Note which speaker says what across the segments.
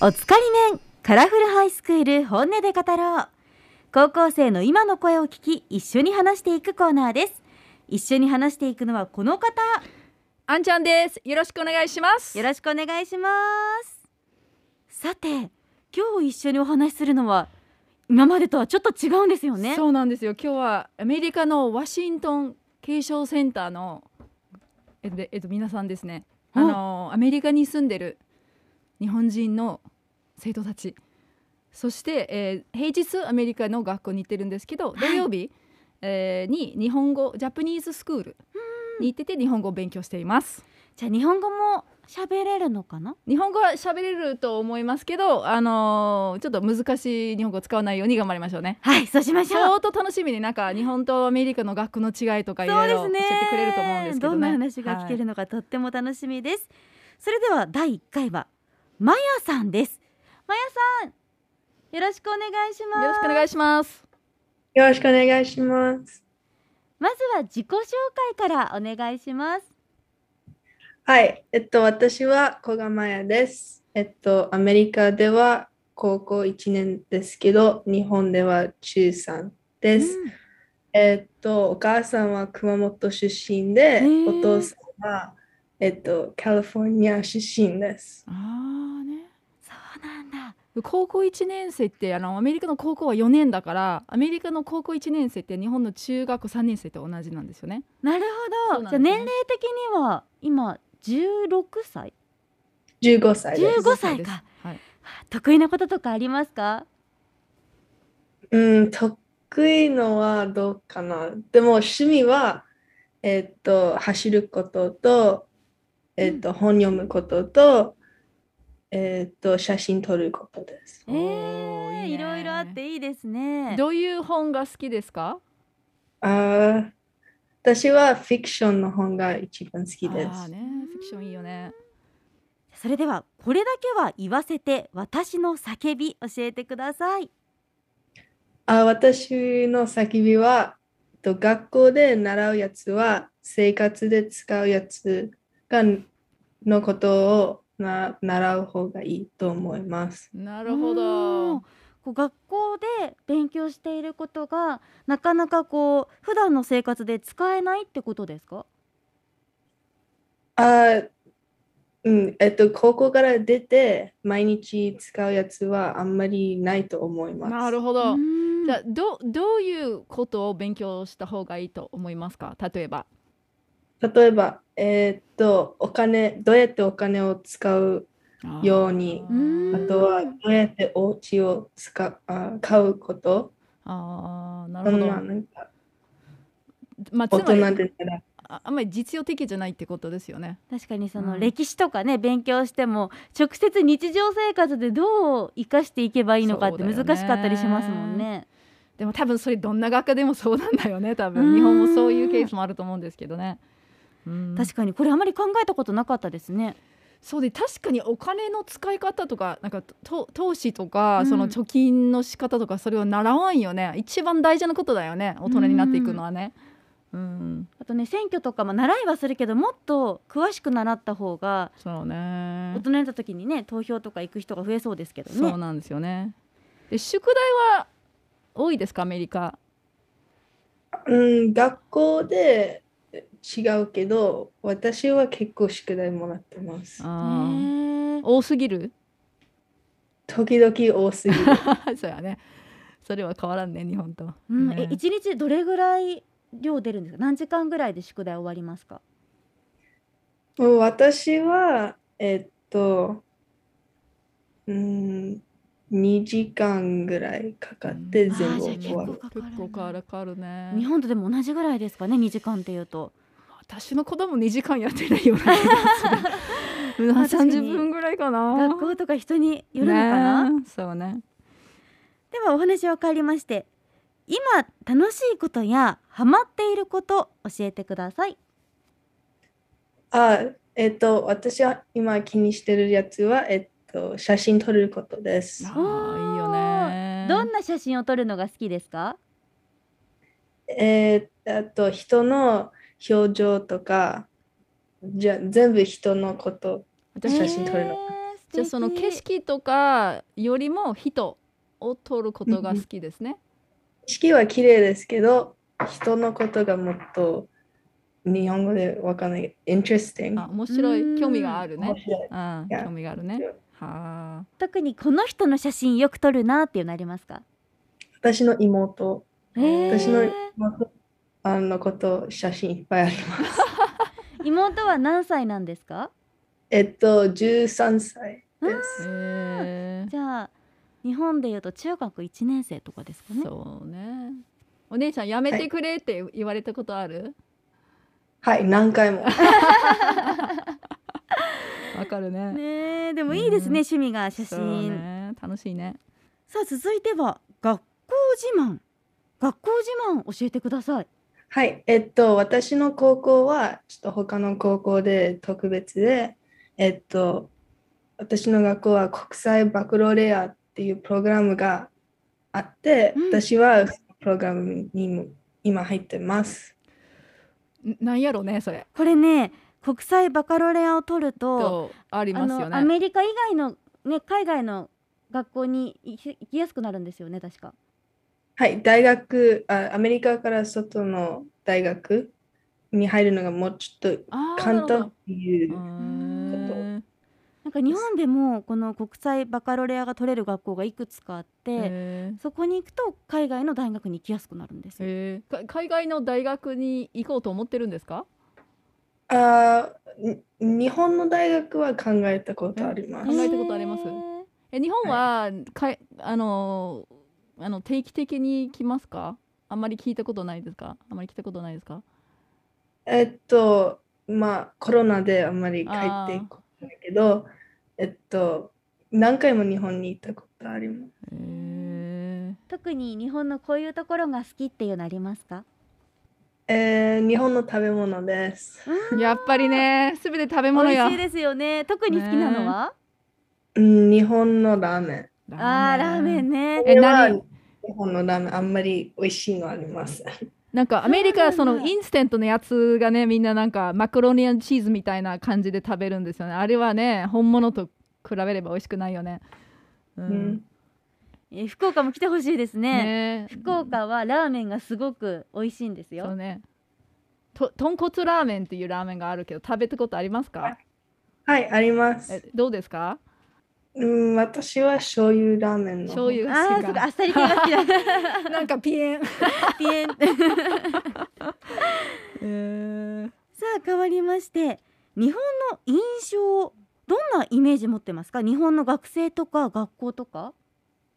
Speaker 1: おつかり面カラフルハイスクール本音で語ろう高校生の今の声を聞き一緒に話していくコーナーです一緒に話していくのはこの方
Speaker 2: あんちゃんです。よろしくお願いします。
Speaker 1: よろしくお願いしますさて今日一緒にお話しするのは今までとはちょっと違うんですよね
Speaker 2: そうなんですよ。今日はアメリカのワシントン継承センターのえっとでえっと皆さんですね。
Speaker 1: お
Speaker 2: あのアメリカに住んでる日本人の生徒たち。そして、えー平日アメリカの学校に行ってるんですけど、
Speaker 1: い
Speaker 2: 土曜日、えーに日本語ジャパニーズスクールに行ってて日本語を勉強しています。
Speaker 1: じゃあ日本語も喋れるのかな
Speaker 2: 日本語は喋れると思いますけど、あのーちょっと難しい日本語を使わないように頑張りましょうね。
Speaker 1: はいそう しましょう
Speaker 2: 相当楽しみになんか日本とアメリカの学区の違いとかいろいろ教えてくれると思うんですけどね。
Speaker 1: んな話が聞けるのかとっても楽しみです、それでは第一回はまやさんですまやさんよろしくお願いします
Speaker 2: はいよろしくお願いします。
Speaker 3: よろしくお願いします。
Speaker 1: まずは自己紹介からお願いします
Speaker 3: はい、えっと、私は古賀真也です。えっと、アメリカでは高校1年ですけど、日本では中3です。
Speaker 1: うん
Speaker 3: えっと、お母さんは熊本出身
Speaker 1: へ、
Speaker 3: で
Speaker 1: ー
Speaker 3: お父さんは、えっと、カリフォルニア出身です。
Speaker 2: ああね。
Speaker 1: そうなんだ
Speaker 2: 高校一年生ってあのアメリカの高校は四年だからアメリカの高校一年生って日本の中学校三年生と同じなんですよね。
Speaker 1: なるほ
Speaker 2: そ
Speaker 1: ど
Speaker 2: うなん
Speaker 1: じゃあ
Speaker 2: ですね
Speaker 1: 年齢的には今16歳
Speaker 3: 15歳です。
Speaker 1: 15歳か。
Speaker 2: はい。
Speaker 1: 得意なこととかありますか
Speaker 3: うん、得意のはどうかな。でも趣味は、えっと、走ることと、えっと、本読むことと、えっと、写真撮ることです。
Speaker 1: え
Speaker 2: お
Speaker 1: ー
Speaker 2: ーいいね
Speaker 1: いろいろあっていいですね
Speaker 2: どういう本が好きですか？
Speaker 3: あー私はフィクションの本が一番好きで
Speaker 2: あー
Speaker 3: す。
Speaker 2: ね、フィクションいいよね。
Speaker 1: それではこれだけは言わせて私の叫び教えてください
Speaker 3: あ、私の叫びは、えっと、学校で習うやつは生活で使うやつがのことをな習う方がいいと思います。
Speaker 2: なるほど。
Speaker 1: うんこう学校で勉強していることがなかなかこう普段の生活で使えないってことですか
Speaker 3: あ、うん、えっと、高校から出て、毎日使うやつはあんまりないと思います。
Speaker 2: なるほど。
Speaker 1: うん
Speaker 2: じゃあどどういうことを勉強した方がいいと思いますか例えば
Speaker 3: 例えば、えーっと、お金、どうやってお金を使うように
Speaker 2: あー
Speaker 3: あとは、どうやってお家を使う、あ、買うこと、
Speaker 2: あーな
Speaker 3: そ
Speaker 2: るほ
Speaker 3: ん
Speaker 2: ど、
Speaker 3: な、なんか、
Speaker 2: まあ、
Speaker 3: 大
Speaker 2: つまり
Speaker 3: 人でなら、
Speaker 2: ああんまり実用的じゃないってことですよね
Speaker 1: 確かにその
Speaker 2: うん
Speaker 1: 歴史とかね、勉強しても直接日常生活でどう生かしていけばいいのかって
Speaker 2: そうだ
Speaker 1: 難
Speaker 2: よね
Speaker 1: しかったりしますもんね。
Speaker 2: でも多分それどんな学科でもそうなんだよね多
Speaker 1: うん
Speaker 2: 分日本もそういうケースもあると思うんですけどねうん
Speaker 1: 確かにこれあまり考えたことなかったですね。
Speaker 2: そうで確かにお金の使い方とかなんかと投資と
Speaker 1: う
Speaker 2: か
Speaker 1: ん
Speaker 2: その貯金の仕方とかそれを習わんよね一番大事なことだよね大人になっていくのはねうん
Speaker 1: あとね選挙とかまあ習いはするけどもっと詳しく習った方が
Speaker 2: そう
Speaker 1: 大
Speaker 2: ね
Speaker 1: 人になった時にね投票とか行く人が増えそうですけど
Speaker 2: そう
Speaker 1: ね。
Speaker 2: なんですよね。で宿題は多いですかアメリカ。
Speaker 3: うん、学校で違うけど、私は結構宿題もらってます。
Speaker 2: あー
Speaker 1: ね
Speaker 2: 多すぎる。
Speaker 3: 時々多すぎる。
Speaker 2: そうやね。それは変わらんね日本と。
Speaker 1: うん、え
Speaker 2: ね
Speaker 1: 一日どれぐらい量出るんですか何時間ぐらいで宿題終わりますか
Speaker 3: もう私は、えっと、うーん、2時間ぐらいかかって
Speaker 2: うん
Speaker 3: 全部
Speaker 1: あ
Speaker 3: 終
Speaker 1: ーじゃあ
Speaker 3: わ
Speaker 1: 結構
Speaker 3: る。
Speaker 1: かかるな
Speaker 2: 結構変わる変わるね。
Speaker 1: 日本とでも同じぐらいですかね2時間っていうと。
Speaker 2: 私の子供2時間やってないような気が する。
Speaker 1: まあ確
Speaker 2: 三
Speaker 1: か
Speaker 2: 十
Speaker 1: に
Speaker 2: 分ぐらいかな。
Speaker 1: 学校とか人によるのかな、
Speaker 2: ねそうね。
Speaker 1: ではお話を変えりまして今楽しいことやハマっていること教えてください
Speaker 3: あ、えっと、私は今気にしてるやつは、えっと、写真撮ることです。
Speaker 2: あーいいよね。
Speaker 1: どんな写真を撮るのが好きですか
Speaker 3: えーあと、人の表情とか、じゃ、全部人のこと。
Speaker 2: 私
Speaker 3: 写真撮るの
Speaker 1: えー素敵
Speaker 2: じゃあその景色とかよりも人を撮ることが好きですね。
Speaker 3: 景色は綺麗ですけど、人のことがもっと日本語でわかんないけど、interesting。
Speaker 2: あ面白
Speaker 1: うん
Speaker 2: い興味があるね
Speaker 3: 面。白い。
Speaker 2: あ
Speaker 3: いや
Speaker 2: 興味があるね。はあ。
Speaker 1: 特にこの人の写真よく撮るなっていうのありますか
Speaker 3: 私の妹、
Speaker 1: えー
Speaker 3: 私の妹あのこと写真いっぱいあります。
Speaker 1: 妹は何歳なんですか
Speaker 3: えっと、13歳です。
Speaker 2: へえ
Speaker 1: じゃあ日本でいうと中学1年生とかですかね
Speaker 2: そうね。お姉ちゃんやめてくれって言われたことある？
Speaker 3: はい、何 回も。
Speaker 2: わかるね。
Speaker 1: ねえでもいいですね、
Speaker 2: うん
Speaker 1: 趣味が写
Speaker 2: そう
Speaker 1: 真、
Speaker 2: ね。楽しいね。
Speaker 1: さあ続いては学校自慢学校自慢教えてください
Speaker 3: はい、えっと、私の高校は、ちょっと他の高校で特別で、えっと、私の学校は国際バクロレアっていうプログラムがあって
Speaker 1: うん、
Speaker 3: 私はプログラムにも今入ってます。
Speaker 2: んなんやろねそれ。
Speaker 1: これね国際バカロレアを取ると
Speaker 2: とあり
Speaker 1: あ
Speaker 2: ますよ
Speaker 1: のア
Speaker 2: ね。
Speaker 1: メリカ以外のね海外の学校に行き行きやすくなるんですよね確か
Speaker 3: はい、大学、あ、アメリカから外の大学に入るのがもうちょっと
Speaker 2: あー
Speaker 3: 簡
Speaker 2: なる
Speaker 3: 単
Speaker 2: ほ
Speaker 3: ってい
Speaker 2: ど
Speaker 3: う、
Speaker 2: うん
Speaker 1: なんか日本でもこの国際バカロレアが取れる学校がいくつかあって、
Speaker 2: へ
Speaker 1: そこに行くと海外の大学に行きやすくなるんですよ。
Speaker 2: えか海外の大学に行こうと思ってるんですか？
Speaker 3: あー、に日本の大学は考えたことありま
Speaker 2: 考
Speaker 3: す。
Speaker 2: えたことあります
Speaker 1: へー
Speaker 2: え日本はかいあのーあの定期的に来ますか？あんまり聞いたことないですか？あんまり来たことないですか？
Speaker 3: えっと、まあ、コロナであんまり帰ってこないけど、えっと、何回も日本に行ったことありま
Speaker 2: へ
Speaker 3: す。
Speaker 2: え
Speaker 1: 特に日本のこういうところが好きっていうのありますか？
Speaker 3: えー日本の食べ物です。
Speaker 2: やっぱりねすべて食べ
Speaker 1: 美
Speaker 2: 物や
Speaker 1: 味しいですよね。特に好きなのは？
Speaker 3: うん、日本のラーメン。
Speaker 1: あーラーメンね。
Speaker 2: え
Speaker 3: これは
Speaker 2: 何
Speaker 3: 日本のラーメン、あんまり美味しいのありません。
Speaker 2: なんかアメリカは
Speaker 1: そ
Speaker 2: そう
Speaker 1: なんだ
Speaker 2: のインスタントのやつがねみんななんかマクロニアンチーズみたいな感じで食べるんですよねあれはね本物と比べれば美味しくないよねう
Speaker 3: うん、
Speaker 1: えー福岡も来てほしいですね
Speaker 2: ね
Speaker 1: 福岡はラーメンがすごく美味しいんです
Speaker 2: そう
Speaker 1: よ。
Speaker 2: ねと豚骨ラーメンっていうラーメンがあるけど食べたことありますか
Speaker 3: はい、あります。
Speaker 2: えどうですか
Speaker 3: うん、私は醤油ラーメンの
Speaker 2: 醤
Speaker 3: 方
Speaker 2: 油 が
Speaker 1: あ
Speaker 2: 好
Speaker 1: あ、
Speaker 2: き
Speaker 1: そっか、あっさり系
Speaker 2: か
Speaker 1: が好きだ。
Speaker 2: なんかピエン、
Speaker 1: ピエンさあ、変わりまして、日本の印象。どんなイメージ持ってますか？日本の学生とか学校とか？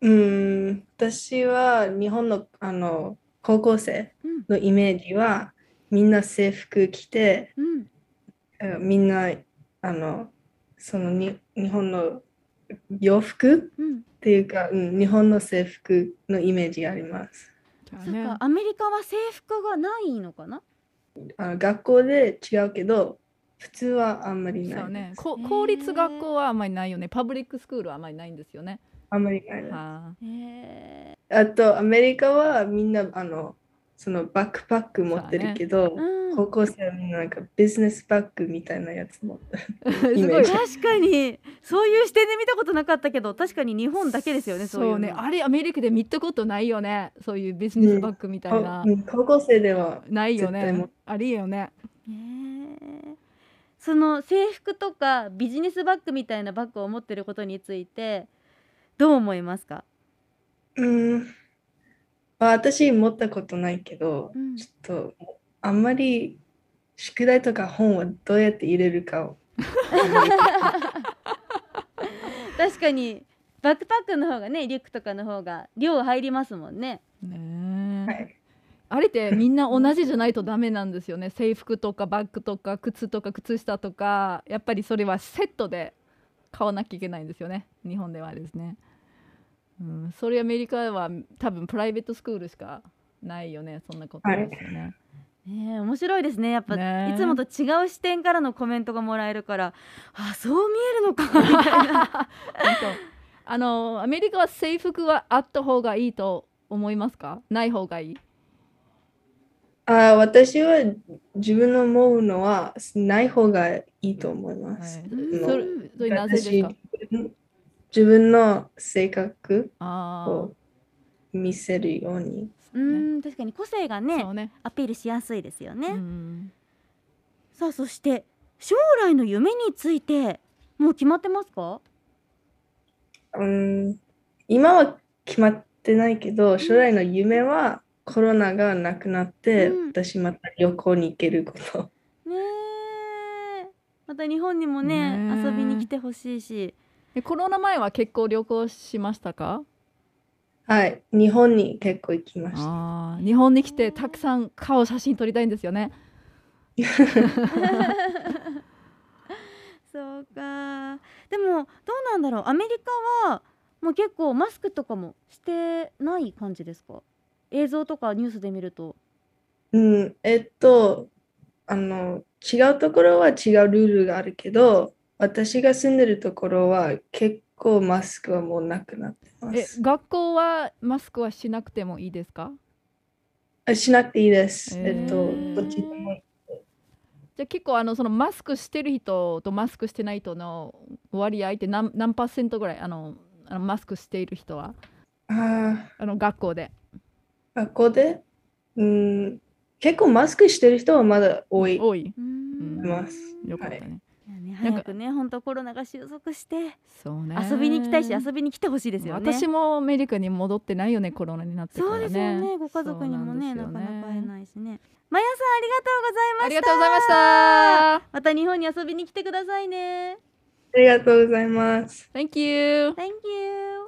Speaker 3: うん、私は日本の、あの高校生
Speaker 1: うん、
Speaker 3: のイメージはみんな制服着て
Speaker 1: うん、
Speaker 3: えみんなあのそのに日本の洋服
Speaker 1: うん。
Speaker 3: っていうか、うん、日本の制服のイメージがあります。
Speaker 1: そっか、アメリカは制服がないのかな。
Speaker 3: あの学校で違うけど普通はあんまりない
Speaker 2: そうね
Speaker 3: です。
Speaker 2: こ公立学校はあんまりないよねパブリックスクールはあんまりないんですよね、
Speaker 3: あんまりないです。
Speaker 2: は
Speaker 1: へえ。
Speaker 3: あとアメリカはみんなあのそのバックパック持ってるけど、
Speaker 1: うん。
Speaker 3: 高校生はみんななんかビジネスバッグみたいなやつ持ってる。
Speaker 2: あす
Speaker 3: イメ
Speaker 2: ご
Speaker 3: ー
Speaker 2: い
Speaker 3: ジ
Speaker 1: 確かにそういう視点で見たことなかったけど確かに日本だけですよねそういう
Speaker 2: そうね
Speaker 1: の
Speaker 2: あれアメリカで見たことないよねそういうビジネスバッグみたいな、
Speaker 3: うん高校生では
Speaker 2: ないよ
Speaker 3: 絶対
Speaker 2: ね
Speaker 3: も
Speaker 2: ありえよね
Speaker 1: へえその制服とかビジネスバッグみたいなバッグを持ってることについてどう思いますか、
Speaker 3: うん、まあ、私持ったことないけど、
Speaker 1: うん
Speaker 3: ちょっとあんまり宿題とか本はどうやって入れる かを
Speaker 1: 確かにバックパックの方がねリュックとかの方が量入りますもんね
Speaker 2: ねえ
Speaker 3: はい
Speaker 2: あれってみんな同じじゃないとダメなんですよね制服とかバッグとか靴とか靴下とかやっぱりそれはセットで買わなきゃいけないんですよね日本ではあれですね、うん、それアメリカは多分プライベートスクールしかないよねそんなことですよね、
Speaker 1: ねえ面白いですねやっぱ、
Speaker 2: ねえ
Speaker 1: いつもと違う視点からのコメントがもらえるからあそう見えるのかみたいな
Speaker 2: 本当あのアメリカは制服はあった方がいいと思いますかない方がいい
Speaker 3: あ私は自分の思うのはない方がいいと思いま
Speaker 2: は
Speaker 3: す。
Speaker 2: い
Speaker 1: うん
Speaker 2: それそれなぜですか
Speaker 3: 私自分の性格
Speaker 2: ああ
Speaker 3: を見せるように。
Speaker 1: うーん確かに個性がね
Speaker 2: そうね
Speaker 1: アピールしやすいですよね、
Speaker 2: うん
Speaker 1: さあそして将来の夢についてもう決まってますか
Speaker 3: うん、今は決まってないけど、将来の夢はコロナがなくなって、
Speaker 1: うん
Speaker 3: 私また旅行に行ける こと。
Speaker 1: ねえまた日本にもね
Speaker 2: ねえ
Speaker 1: 遊びに来てほしいし
Speaker 2: えコロナ前は結構旅行しましたか
Speaker 3: はい、日本に結構行きました。
Speaker 2: あー日本に来てたくさん顔写真撮りたいんですよね
Speaker 1: そうかでもどうなんだろうアメリカはもう結構マスクとかもしてない感じですか映像とかニュースで見ると
Speaker 3: うん、えっと、あの、違うところは違うルールがあるけど、私が住んでるところは結構マスクはもうなくなってま
Speaker 2: え
Speaker 3: す。
Speaker 2: 学校はマスクはしなくてもいいですか
Speaker 3: あしなくていいです。
Speaker 2: へー
Speaker 3: えっと、どっちでも。
Speaker 2: じゃあ結構あのそのマスクしてる人とマスクしてない人の割合って何何パーセントぐらいあのあのマスクしている人は
Speaker 3: あ
Speaker 2: あの学校で
Speaker 3: あ、学校で、うん、結構マスクしてる人はまだ多い。
Speaker 2: 多いう
Speaker 1: ーん
Speaker 3: います
Speaker 2: よかったね、
Speaker 1: いやね
Speaker 2: なんか
Speaker 1: 早くね本当コロナが収束して
Speaker 2: そうね
Speaker 1: 遊びに行きたいし遊びに来てほしいですよね
Speaker 2: 私もアメリカに戻ってないよねコロナになってから
Speaker 1: そう
Speaker 2: ね
Speaker 1: ですよねご家族にもね
Speaker 2: そ
Speaker 1: な
Speaker 2: う
Speaker 1: か
Speaker 2: んですよ
Speaker 1: なか会えないしねまやさんあ
Speaker 2: あ
Speaker 1: り
Speaker 2: り
Speaker 1: が
Speaker 2: が
Speaker 1: と
Speaker 2: と
Speaker 1: う
Speaker 2: う
Speaker 1: ご
Speaker 2: ご
Speaker 1: ざ
Speaker 2: ざ
Speaker 1: いま
Speaker 2: いま
Speaker 1: し
Speaker 2: したた
Speaker 1: また日本に遊びに来てくださいね
Speaker 3: ありがとうございます。
Speaker 2: Thank you
Speaker 1: Thank you